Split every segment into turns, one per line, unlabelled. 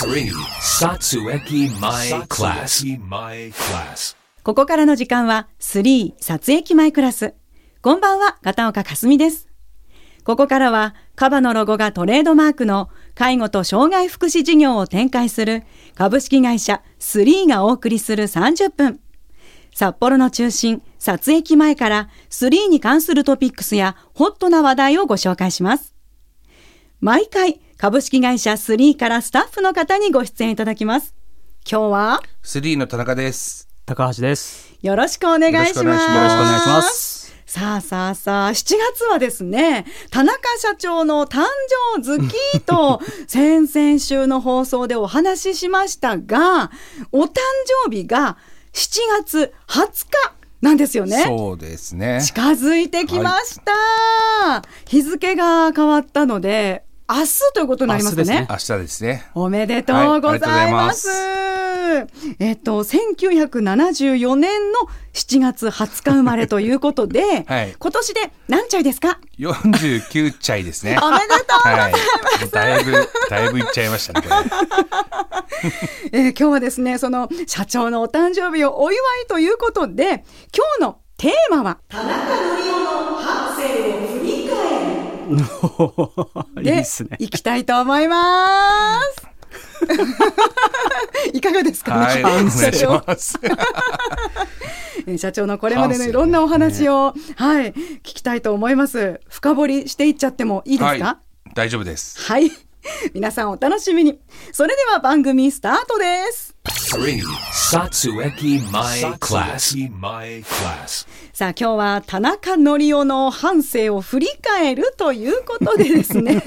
Three Satsueki My Class. My Class.
ここからの時間は3撮影前クラス。こんばんは、片岡かすみです。ここからは、カバのロゴがトレードマークの介護と障害福祉事業を展開する株式会社3がお送りする30分。札幌の中心、撮影前から3に関するトピックスやホットな話題をご紹介します。毎回、株式会社3からスタッフの方にご出演いただきます。今日は、
スリーの田中です。
高橋 です。。
よろしくお願いします。
よろしくお願いしますよろしくお願いします
さあさあさあ、7月はですね、田中社長の誕生月 と先々週の放送でお話ししましたが、お誕生日が7月20日なんですよね。
そうですね。
近づいてきました、日付が変わったので、明日ということになりますか
明日です
ね
ね。
明日ですね。
おめでとうございます。
はい
えっと、1974年の7月20日生まれということで、
はい
今年で何歳ですか
49チャイです ね。
おめでとう、
はい。もうだいぶ、だいぶいっちゃいましたね、これ。
えー今日はですね、その社長のお誕生日をお祝いということで、今日のテーマは、田中
いい
で
っすね。
いきたいと思います。いかがですかね、
はい、お願い
社
し
長
ます。
えー社長のこれまでのいろんなお話を、はい、聞きたいと思います。深掘りしていっちゃってもいいですか
い、大丈夫です。
はい。皆さんお楽しみに。それでは番組スタートです。
Three Satsueki My Class. My Class.
さあ今日は田中則夫の半生を振り返るということでですね。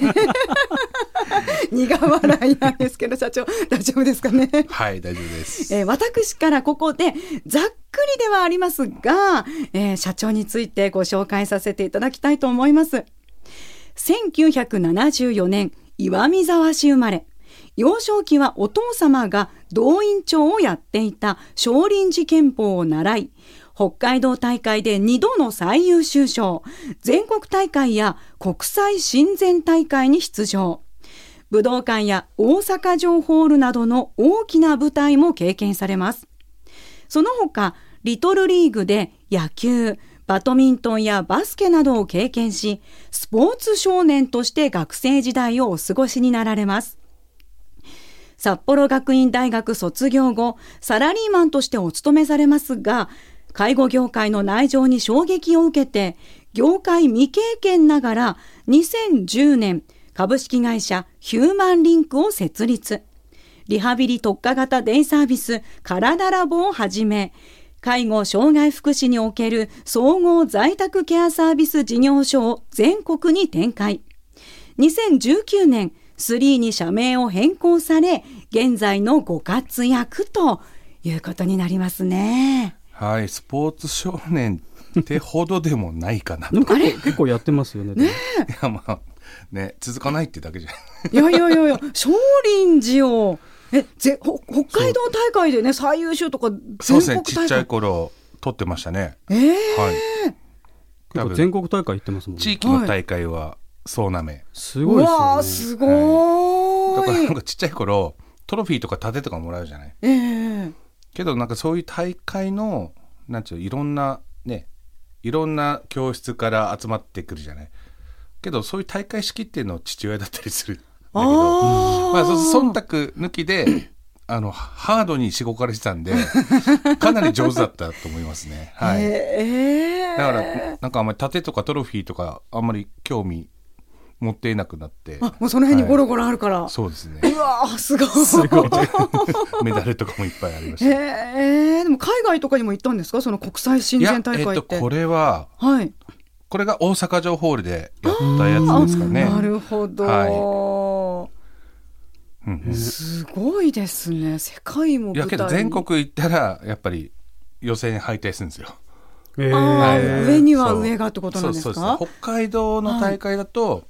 苦笑いなんですけど社長大丈夫ですかね。
はい、大丈夫です。
えー私からここでざっくりではありますが、えー社長についてご紹介させていただきたいと思います。1974年、岩見沢市生まれ。幼少期はお父様が動員長をやっていた少林寺拳法を習い、北海道大会で2度の最優秀賞、全国大会や国際親善大会に出場。武道館や大阪城ホールなどの大きな舞台も経験されます。その他、リトルリーグで野球、バドミントンやバスケなどを経験し、スポーツ少年として学生時代をお過ごしになられます。札幌学院大学卒業後、サラリーマンとしてお勤めされますが、介護業界の内情に衝撃を受けて、業界未経験ながら2010年、株式会社ヒューマンリンクを設立。リハビリ特化型デイサービス、体ラボをはじめ、介護障害福祉における総合在宅ケアサービス事業所を全国に展開。2019年、3に社名を変更され、現在のご活躍ということになりますね。
はい、スポーツ少年ってほどでもないかな。い
でも結構結構やってますよね。
や、まあ、ね、続かないってだけじゃ。
いやいやいやいや、少林寺を、え、ぜほ北海道大会でね、最優秀とか、
そう
全国
ですね、ちっ
大
ちゃい
会。
頃、撮ってましたね。
えー
はい。
結構全国大会行ってますもん
地
ね。
域の大会は、そうなめ。
す
う
ごい
わー
ですよね。
すご
だから、なん
ーい。
かちっちゃい頃、トロフィーとか盾とかもらうじゃない。
ええ
けどなんかそういう大会のなんていうのいろんなねいろんな教室から集まってくるじゃないけどそういう大会式っていうのを父親だったりするんだけど
あー
まあ、そ忖度抜きで あのハードにしごからしてたんでかなり上手だったと思いますね、はい
ええ
だからなんかあんまり盾とかトロフィーとかあんまり興味持っていなくなって
あ、もうその辺にゴロゴロあるから。
はいそうですね
うわーすごい。
メダルとかもいっぱいありまし
え
た
えでも海外とかにも行ったんですかその国際親
いや
善大
えっ
会っ
と
て。
これは
はい。
これが大阪城ホールでやったやつですかね。
なるほど、
うんうん
すごいですね。世界も舞
い
台
や
に
けど全国行ったらやっぱり予選に敗退するんですよ。
えー
あー
はい
上には
そう
上がってことなんですか
そうそうそう北海道の大会だと、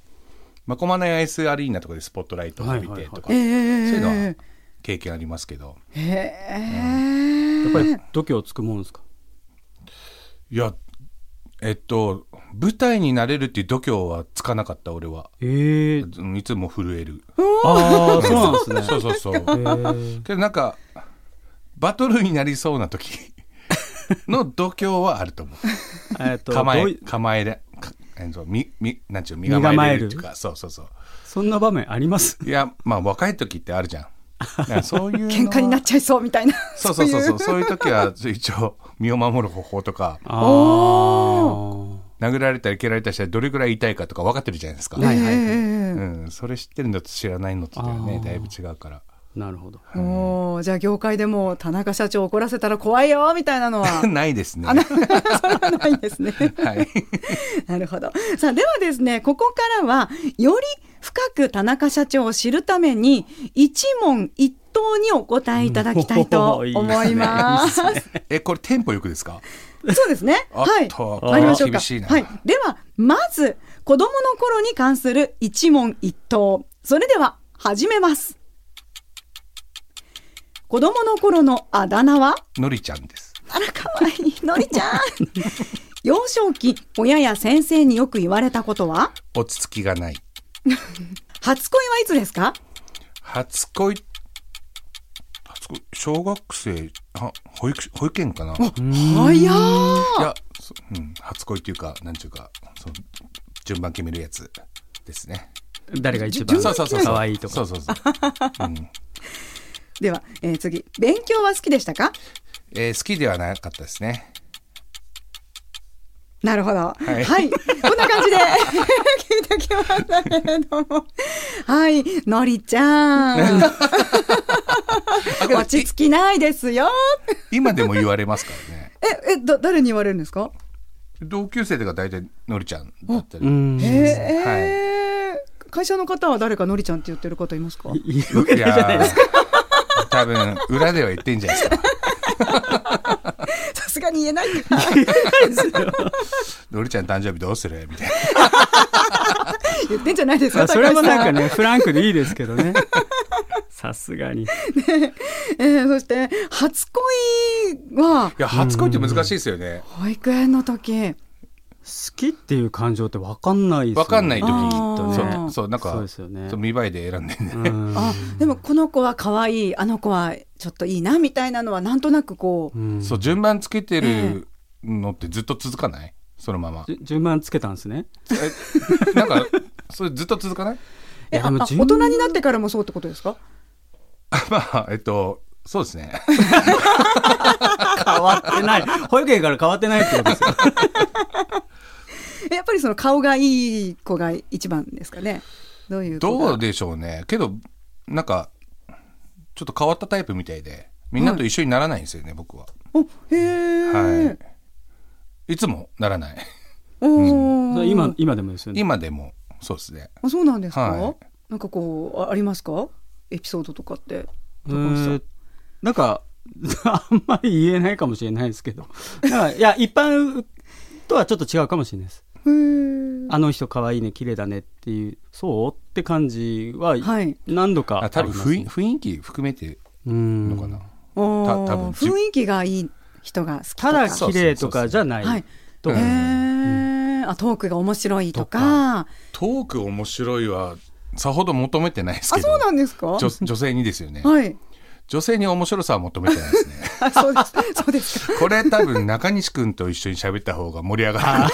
まあ駒内アイスアリーナとかでスポットライトを浴びてとか、
ええ
そういうのは経験ありますけど、
ええ
やっぱり度胸つくもんですか。
いやえっと舞台になれるっていう度胸はつかなかった俺は
ええ
うんいつも震える
ああ、そうなんですね。
そうそうそう
え ー
けどなんかバトルになりそうな時 の度胸はあると思う
えっと、
構
どう
え
い
構えでかえーそうみみなんちゅう身構えれるっていうかそうそうそう
そんな場面あります
いやまあ若い時ってあるじゃんだからそう いうのは
喧嘩になっちゃいそうみ たいな。
そうそうそうそう
い
そういう時は一応身を守る方法とか
あー
殴られたり蹴られたりしたらどれぐらい痛いかとか分かってるじゃないですか、
はいはいは
うん、それ知ってるのと知らないのとではね
あー
だいぶ違うから
い。なるほど。
もうじゃあ業界でもう田中社長怒らせたら怖いよみたいなのは
ないですね
あなそれはないんですね。
はい
なるほど。さあ、ではですね、ここからは、より深く田中社長を知るために、一問一答にお答えいただきたいと思います。
えこれテンポよくですか
そうですね。
あっ
はい。
と
参りましょうか。
厳しいな
はい。では、まず、子供の頃に関する一問一答。それでは、始めます。子供の頃のあだ名は
のりちゃんです
あら、かわいい。のりちゃん。 幼少期、親や先生によく言われたことは
落ち着きがない
初恋はいつですか
初恋初恋小学生あ保育保育園かな
早い
いや、そうん、初恋っていうか、なんちゅうか、そう順番決めるやつですね。
誰が一番
そうそうそうそう
可愛いと
そ
か
う。そうそう。うん
では、えー次勉強は好きでしたか
えー好きではなかったですね。
なるほど。はいい。こんな感じで 聞いてきましたけれども。はい。のりちゃ ん。落ち着きないですよ。
今でも言われますからね。
え、え、だ、誰に言われるんですか
同級生とか大体のりちゃんだったり。
うん。
えー、
はい
えー会社の方は誰かのりちゃんって言ってる方いますか
いるわけ
い
ないじゃない
や
ですか。
ー多分裏では言ってんじゃないですか。
さすがに言えないか。
のりちゃん誕生日どうするみたいな。、
言ってんじゃないです
あ
か
それもなんか
ね。
ね、フランクでいいですけど ね。さすがに。
えーそして、初恋はい
や、初恋って難しいですよね。
保育園の時。
好きっていう感情ってわかんないですよ
わ
ね
かんない時
あ
に、
ー
そ
きっと
う、
ね
そう、なんか、
そうですよね
そう見栄えで選んでんね。
うん
あでもこの子は可愛いあの子はちょっといいなみたいなのはなんとなくこう、
うん
そう、順番つけてるのってずっと続かないそのまま。
じゅ順番つけたんですね。
えなんか、それずっと続かない
いや
あ
で
あ
も
大
順番
人になってからもそうってことですか
まあ、えっと、そうで すね。
変わってない。保育園から変わってないってことですよ。
えやっぱりその顔がいい子が一番ですかねどういう子が
どうでしょうね。けど、なんか、ちょっと変わったタイプみたいで、みんなと一緒にならないんですよね、僕は。
おへえ、
はい。いつもならない。
お
そ
ー
れ今、今でもですよね。
今でも、そうですね。
あそうなんですか、
はい
なんかこうあありますかエピソードとかって
え
高橋さん
ーなんか、 あんまり言えないかもしれないですけど。だからいや、一般とはちょっと違うかもしれないです。
へえ
あの人可愛いね、綺麗だねっていう、そうって感じは
はい
何度か
あ、
あ
多
り
分
ます
雰
ね、
囲雰囲気含めて
うん
のかな。
お
た多分
ー雰囲気がいい人が好きと
た
か
だ
そう
綺麗とかじゃない。
はい
と
へ
か
え、あトークが面白いとか
トーク面白いは、さほど求めてないです
あ
けど。
そうなんですか
女女性にですよね。
はい
女性に面白さは求めてないですね。
あそうです。そうですか。
これ多分中西君と一緒に喋った方が盛り上がる。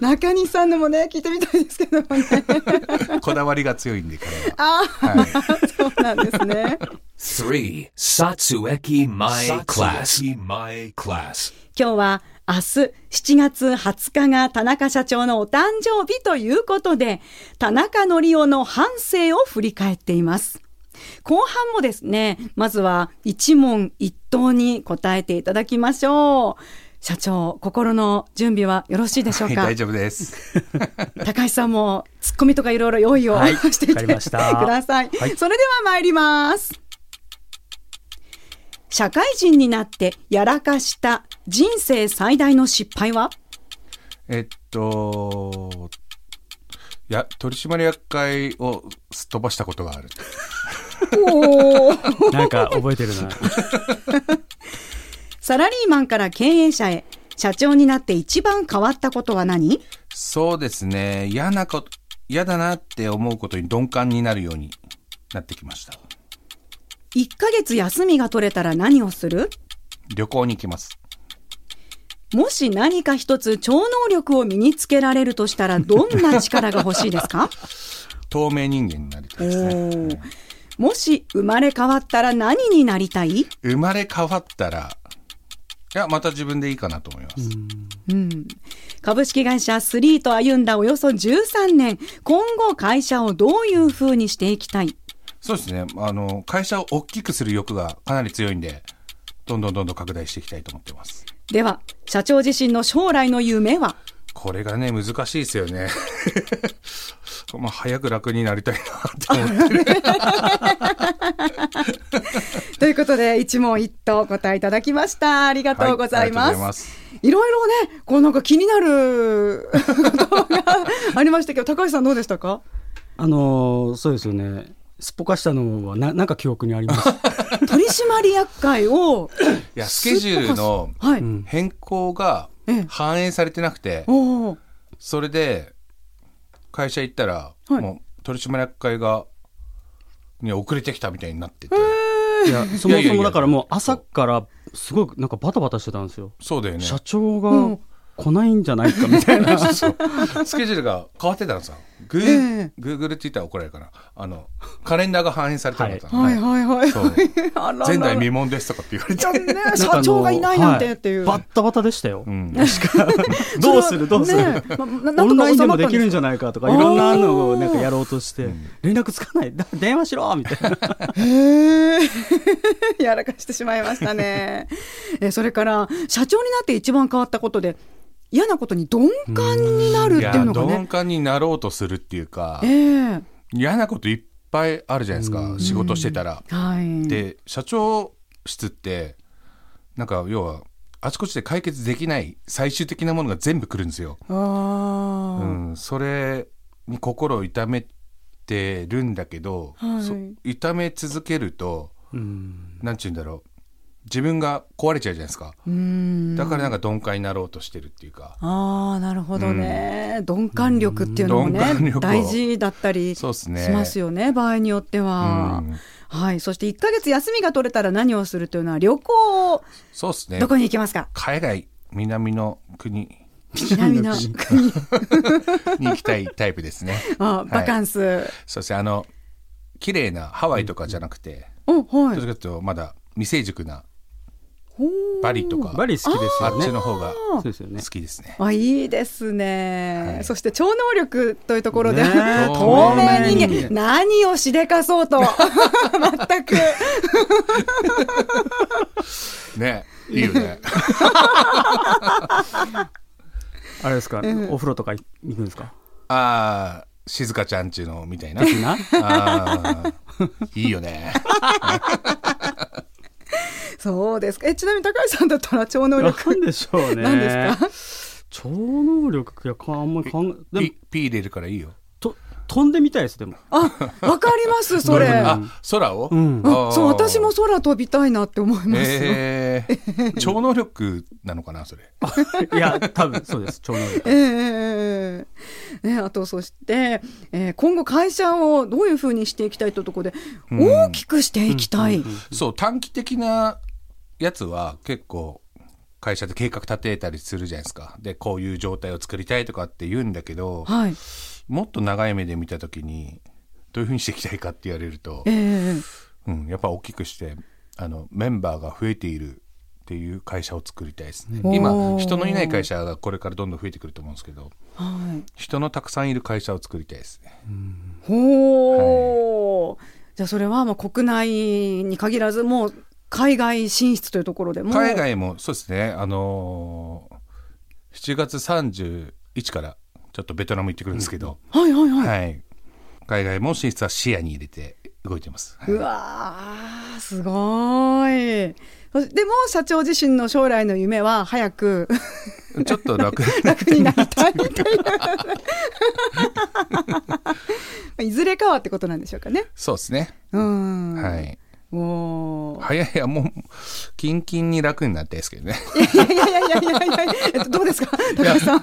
中西さんのもね、聞いてみたいですけどもね。
こだわりが強いんで、彼は。
あ
はい。
ー、そうなんですね。
3. Satsueki My Class. My Class.
今日は明日7月20日が田中社長のお誕生日ということで、田中則夫の半生を振り返っています。後半もですね、まずは一問一答に答えていただきましょう。社長、心の準備はよろしいでしょう
はい
か
大丈夫です。
高橋さんもツッコミとかいろいろ用意を、
はい
していて
わか
く
りま
だ
した
さい、
はい
それでは参ります社会人になってやらかした人生最大の失 敗は
えっと、や、取締役会をすっ飛ばしたことがある。
おー
なんか覚えてるな。
サラリーマンから経営者へ社長になって一番変わったことは何
そうですね。嫌なこと、嫌だなって思うことに鈍感になるようになってきました。
?1 ヶ月休みが取れたら何をする
旅行に行きます。
もし何か一つ超能力を身につけられるとしたらどんな力が欲しいですか
透明人間になりたいですね。
おーもし生まれ変わったら何になりたい
生まれ変わったら、いや、また自分でいいかなと思います。
うん株式会社スリーと歩んだおよそ13年、今後会社をどういう風にしていきたい
そうですね。あの、会社を大きくする欲がかなり強いんで、どんどんどんどん拡大していきたいと思ってます。
では、社長自身の将来の夢は
これがね、難しいですよね。 まあ、早く楽になりたいなって思ってる。
ということで、一問一答お答えいただきました。ありがとうござい
はいあ
ま。
りがとうございますす
いろいろね、こうなんか気になることがありましたけど、高橋さんどうでしたか
あのーそうですよね。すっぽかしたのはななんか記憶にあり ます。
取締役会を、
いや、スケジュールの
はい。
うん
変更が
ええ
反映されてなくて、
おー
それで、会社行ったら、
はい
もう取締役会が、に遅れてきたみたいになってて。
いやそ
い
も
やいや
そ
いや
もだからもう朝からすごいなんかバタバタしてたんですよ。
そうだよね。
社長
うん
が来ないんじゃないかみた いな。
スケジュールが変わってたのさ。グ
ええ
ーグーグルって言ったら怒られるかな。あの、カレンダーが反映されてなかったの。
はいはいはい
そう。
あららら
前代未聞ですとかって言われて。
ね社長がいないなんてっていう。
バッタバタでしたよ
う。ん。
どうするどうする。
ねまなな
オ
んと
ン
か
ライ
収
ンで
ま
も
った
で
んす
きるんじゃないかとかいろんなのをなんかやろうとして連絡つかない だ電話しろみたいな
へえ やらかしてしまいましたね。えそれから社長になって一番変わったことで嫌なことに鈍感になるっ
い
て
や、
いうのがね
鈍。感になろうとするっていうか
え、え
嫌なこといっぱいあるじゃないですか。仕事してたら。
はい。
で、社長室って、なんか要は、あちこちで解決できない最終的なものが全部来るんですよ。
あ
う
ー
ん、それに心を痛めてるんだけど、
はい
そ痛め続けると
うん
なんて言うんだろう自分が壊れちゃうじゃないですか
うん。
だからなんか鈍感になろうとしてるっていうか、
ああなるほどね、鈍感力っていうのもね
鈍感力を
大事だったりし
そうっすね
ますよね場合によっては、
うん
はいそして1ヶ月休みが取れたら何をするというのは旅行を
そうですね
どこに行きますか、
海外南の国に
南の国
行きたいタイプですね
あバカンス、
そしてあの綺麗なハワイとかじゃなくて、
おはい
どっちかというとまだ未成熟な
ほう
バリとか
バリ好きです
あ
よ
っ
ね
ちの方が
そうですよね
好きですね
あいいですね、
はい
そして超能力というところで、
ねえ
透
透
明人
明人
間何をしでかそうと全く
ねいいよね
あれですかお風呂とか行くんですか
ああ静香ちゃんちのみたいな
な
あーいいよね。
そうですかえちなみに高橋さんだったら超能力
なんでしょうね。
何です
か。超能力やかあんまり考え、でも
ピピ入れるからいいよ。
と飛んでみたいですでも。
あわかりますそれ
あ
あ、
空を。
ん
そう私も空飛びたいなって思いますよ、
えー超能力なのかなそれ。
いや多分そうです超能力。
ええええね、あとそして、えー今後会社をどういうふうにしていきたいというところで、大きくしていきたい、
そう短期的なやつは結構会社で計画立てたりするじゃないですか。でこういう状態を作りたいとかって言うんだけど、
はい、
もっと長い目で見た時にどういうふうにしていきたいかって言われると
え、え
うんやっぱ大きくしてあのメンバーが増えている。っていう会社を作りたいですね
おー
今人のいない会社がこれからどんどん増えてくると思うんですけど、
はい、
人のたくさんいる会社を作りたいですね。
ほう、じゃあそれはまあ国内に限らずもう海外進出というところでもう
海外もそうですね。あのー7月31からちょっとベトナム行ってくるんですけど、
はいはいはい、
はい。海外も進出は視野に入れて動い てます。はいう
わーすごいそしでも社長自身の将来の夢は早く
ちょっと楽。
楽になりたいみたいな まあいずれかはってことなんでしょうかね
そうですね。
うん
はい。
もう
早いやもうキンキンに楽になったんですけ どね
いやいやいやいやいやいやえっとどうですか高橋さん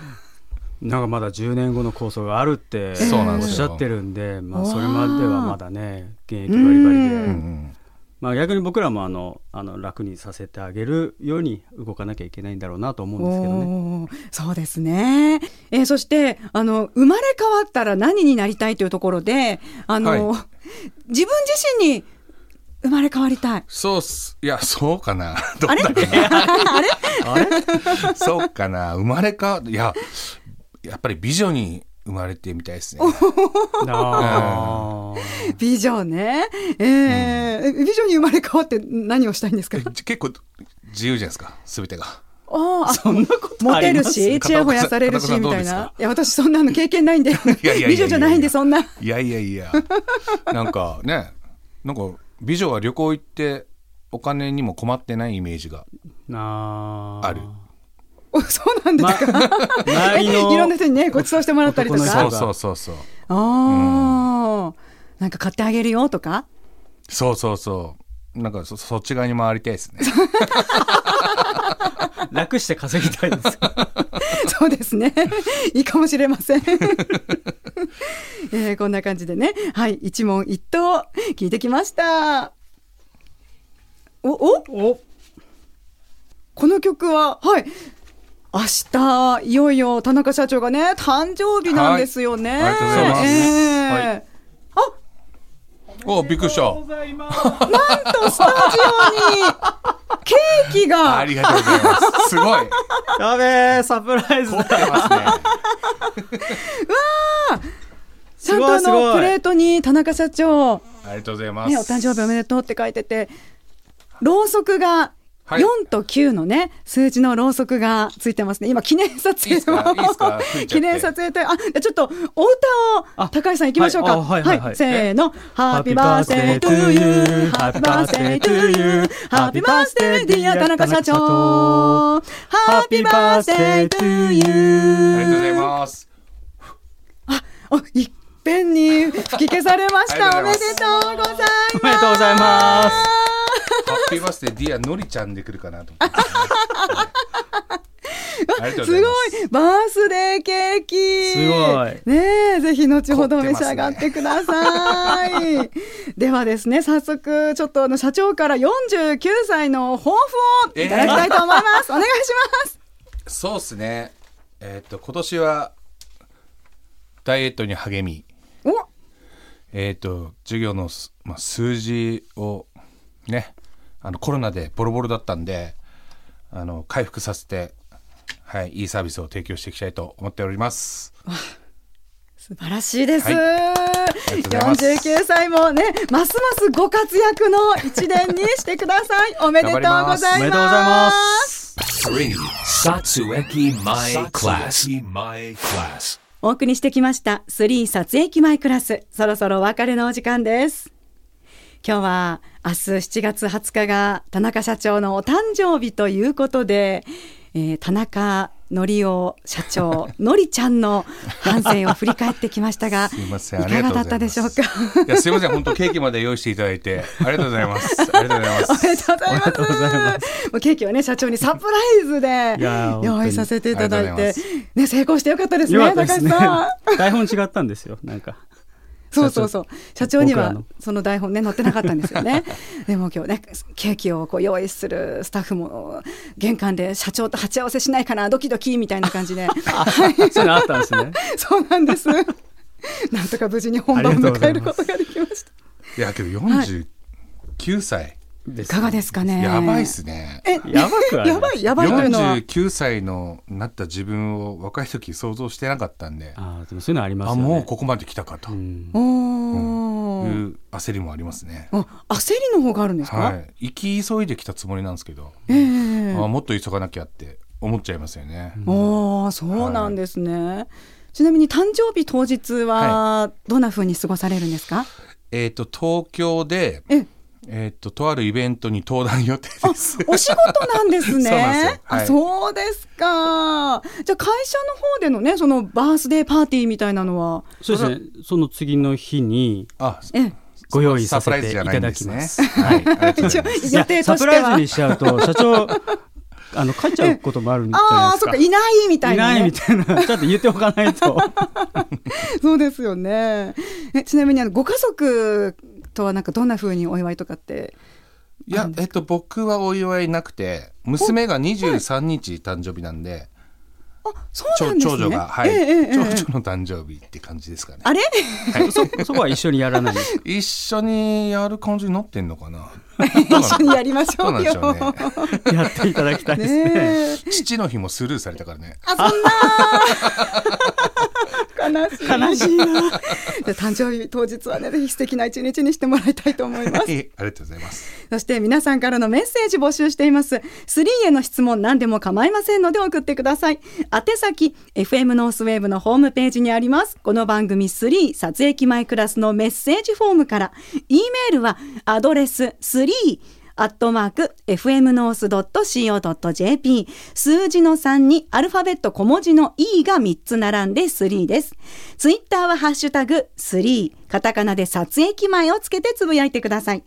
なんかまだ10年後の構想があるって
そうなん
おっ
です
し
よ
ゃってるんで、まあ、それまではまだね現役バリバリで、
うん
まあ、逆に僕らもあのあの楽にさせてあげるように動かなきゃいけないんだろうなと思うんですけどね。
おーそうですね。えーそして、あの、生まれ変わったら何になりたいというところで、あの、
はい
自分自身に生まれ変わりたい。
そうっすいやそうかなどう
あれ
だろうな
あれ
そうかな生まれ変わいややっぱり美女に生まれてみたいで すね
あー
美女ね。えー美女に生まれ変わって何をしたいんですか
え結構自由じゃないですか全てが
ああ、
そんなこと
モ
あ
テ
り
る
ます
し、ちやほやされるし、
片岡さん
みたい
片岡さんど
な
うで。
いや、私そんなの経験ないんで
やいやいやい。や
美女じゃないんで、そんな。
いやいやいや なんかねなんか美女は旅行行ってお金にも困ってないイメージが
な
ある
おそうなんです
ま、
か。
周りの
いろんな人にね、ご馳走してもらったりとか。
男の人
そ
が
うそうそうそう
ああ、なんか買ってあげるよとか。
そうそうそうなんかそそっち側に回りたいですね
楽して稼ぎたいです。
そうですね。いいかもしれません。 えーこんな感じでね。はい。一問一答、聞いてきました。お、お
お
この曲は、はい。明日、いよいよ田中社長がね、誕生日なんですよね。
はいありがとうございます
えー
はいおびっくりし
ご
た
ざいます。
なんと、スタジオに、ケーキが
あ、りがとうございますすごい凝
やべえ、サプライズ
ってますね
ちゃんと
すご
あ
いすご
の、
い
プレートに田中社長、
ありがとうございます、
ね、お誕生日おめでとうって書いてて、ろうそくが、
はい
4と9のね、数字のろうそくがついてますね。今、記念撮影
いいっすかいいっすか吹いち ゃって
記念撮影と、あ、じゃあちょっと、お歌を、
あ
高橋さん行きましょうか。
はいあはいはいはい
せーの。
Happy
Happy
birthday
birthday to
to
you,
you
happy birthday
Happy birthday
to you, happy
Happy birthday
birthday dear
dear
田中社
田
長
中
happy birthday to you
ありがとうございます
あ、いっぺんに吹き消されました。お
あり
め
が
で
とう
とうございます。
おめでとうございます。
ハッピーバースデーディアのりちゃんで来るかなと思って、ありがとうご
す
ざ
ご
い
い
ます
バースデーケーキ
すごい
ねえぜひ後ほど召し上がってください、ではですね早速ちょっとあの社長から49歳の抱負をいただきたいと思います、お願いします
そうですね。えーっと、今年は、ダイエットに励み、
お
えーっと、授業のす、まあ、数字を、ね、あの、コロナでボロボロだったんで、あの、回復させて、はい、いいサービスを提供していきたいと思っております。
素晴らしいです、
はいりがとうございます
49歳もねますますご活躍の一年にしてくださいおめでとうございます
おめでとうございます。
Three Satsueki My Class. My Class.
お送りしてきました3撮影前クラスそろそろお別れのお時間です今日は明日7月20日が田中社長のお誕生日ということで、えー田中則夫社長のりちゃんの反省を振り返ってきましたが
すいません、あり
か
が
が
と
だ
うございま
っ
す。
たでしょうか
いや、すいません、本当ケーキまで用意していただいて、ありがとうござ います。ありがとうございます。
おめでとうござ
おめ
います
でとうございま
もうケーキをね社長にサプライズで
いやー
用意させていただい
本当にあ
て
りがとうご
ね成功してよかったですね
よかったですね
高橋さん。
台本違ったんですよ。なんか。
そうそうそう社長には
僕らの
その台本ね載ってなかったんですよねでも今日ねケーキをこう用意するスタッフも玄関で社長と鉢合わせしないかなドキドキみたいな感じで
そういうのあったん ですね。
そうなんですなんとか無事に本番を迎えることができました
いや、けど49歳、
で
いかがですかね
やばいっすね。
え
やばくはない
やばいやばいというのは
49歳のなった自分を若い時想像してなかったんであ
ああ、でもそういうのありますよね。
もうここまで来たかと
う。
いうん
おー
焦りもありますね、
お焦りの方があるんですか、
はい行き急いできたつもりなんですけど、
ええ
あもっと急がなきゃって思っちゃいますよね、
おーそうなんですね、ちなみに誕生日当日はどんな風に過ごされるんですか、
えっ、と東京で
ええ
えっ、ととあるイベントに登壇予定
あ
です、
お仕事なんですね。
そうなんですよはい
あ、そうですか。じゃあ会社の方でのね、そのバースデーパーティーみたいなのは、
そうですね。その次の日に、
あ
ええ、
ご用意さ
サ
せ
プライ
て
ズ
い
じゃ
た
ないん
だ
で
き
す
ま
ね
す。。
はい、ありがとうございます。
予定と
サ
し
プ
て
ライズ
は
にしちゃうと、社長、 あの、書いちゃうこともあるんじゃ
あ
ない
あー
です
そっ
か。
かいないみたい
い
な、ね、
ないみたい な、ちょっと言っておかないと。
そうですよねえちなみにあのご家族とはなんかどんな風にお祝いとかって
いや、えっと、僕はお祝いなくて、娘が23日誕生日なんで、
あそうな
長
んですね
長女が、はい、
ええええええ
長女の誕生日って感じで すかね。
あれ
そ、そこは一緒にやらないんです。
一緒にやる感じになってんの かな。
一緒にやりましょ
どう
う
なんで
よ
しょうね。
やっていただきたいですね。
ねえ
父の日もスルーされたからね。
あそんな悲しい
悲しいな。
で誕生日当日はねぜひ素敵な一日にしてもらいたいと思いま
は
す
い、ありがとうございます。
そして皆さんからのメッセージ募集しています3への質問何でも構いませんので送ってください宛先 FM ノースウェーブのホームページにありますこの番組3撮影前クラスのメッセージフォームから E メールはアドレス3アットマーク fmnorth.co.jp 数字の3にアルファベット小文字の E が3つ並んで3です。ツイッターはハッシュタグ3カタカナで撮影前をつけてつぶやいてください。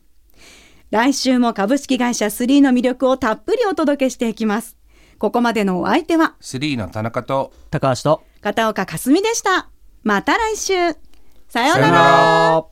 来週も株式会社3の魅力をたっぷりお届けしていきます。ここまでのお相手は
スリーの田中と、
高橋と。
片岡かすみでした。また来週。さよう
さ
なら。
ら。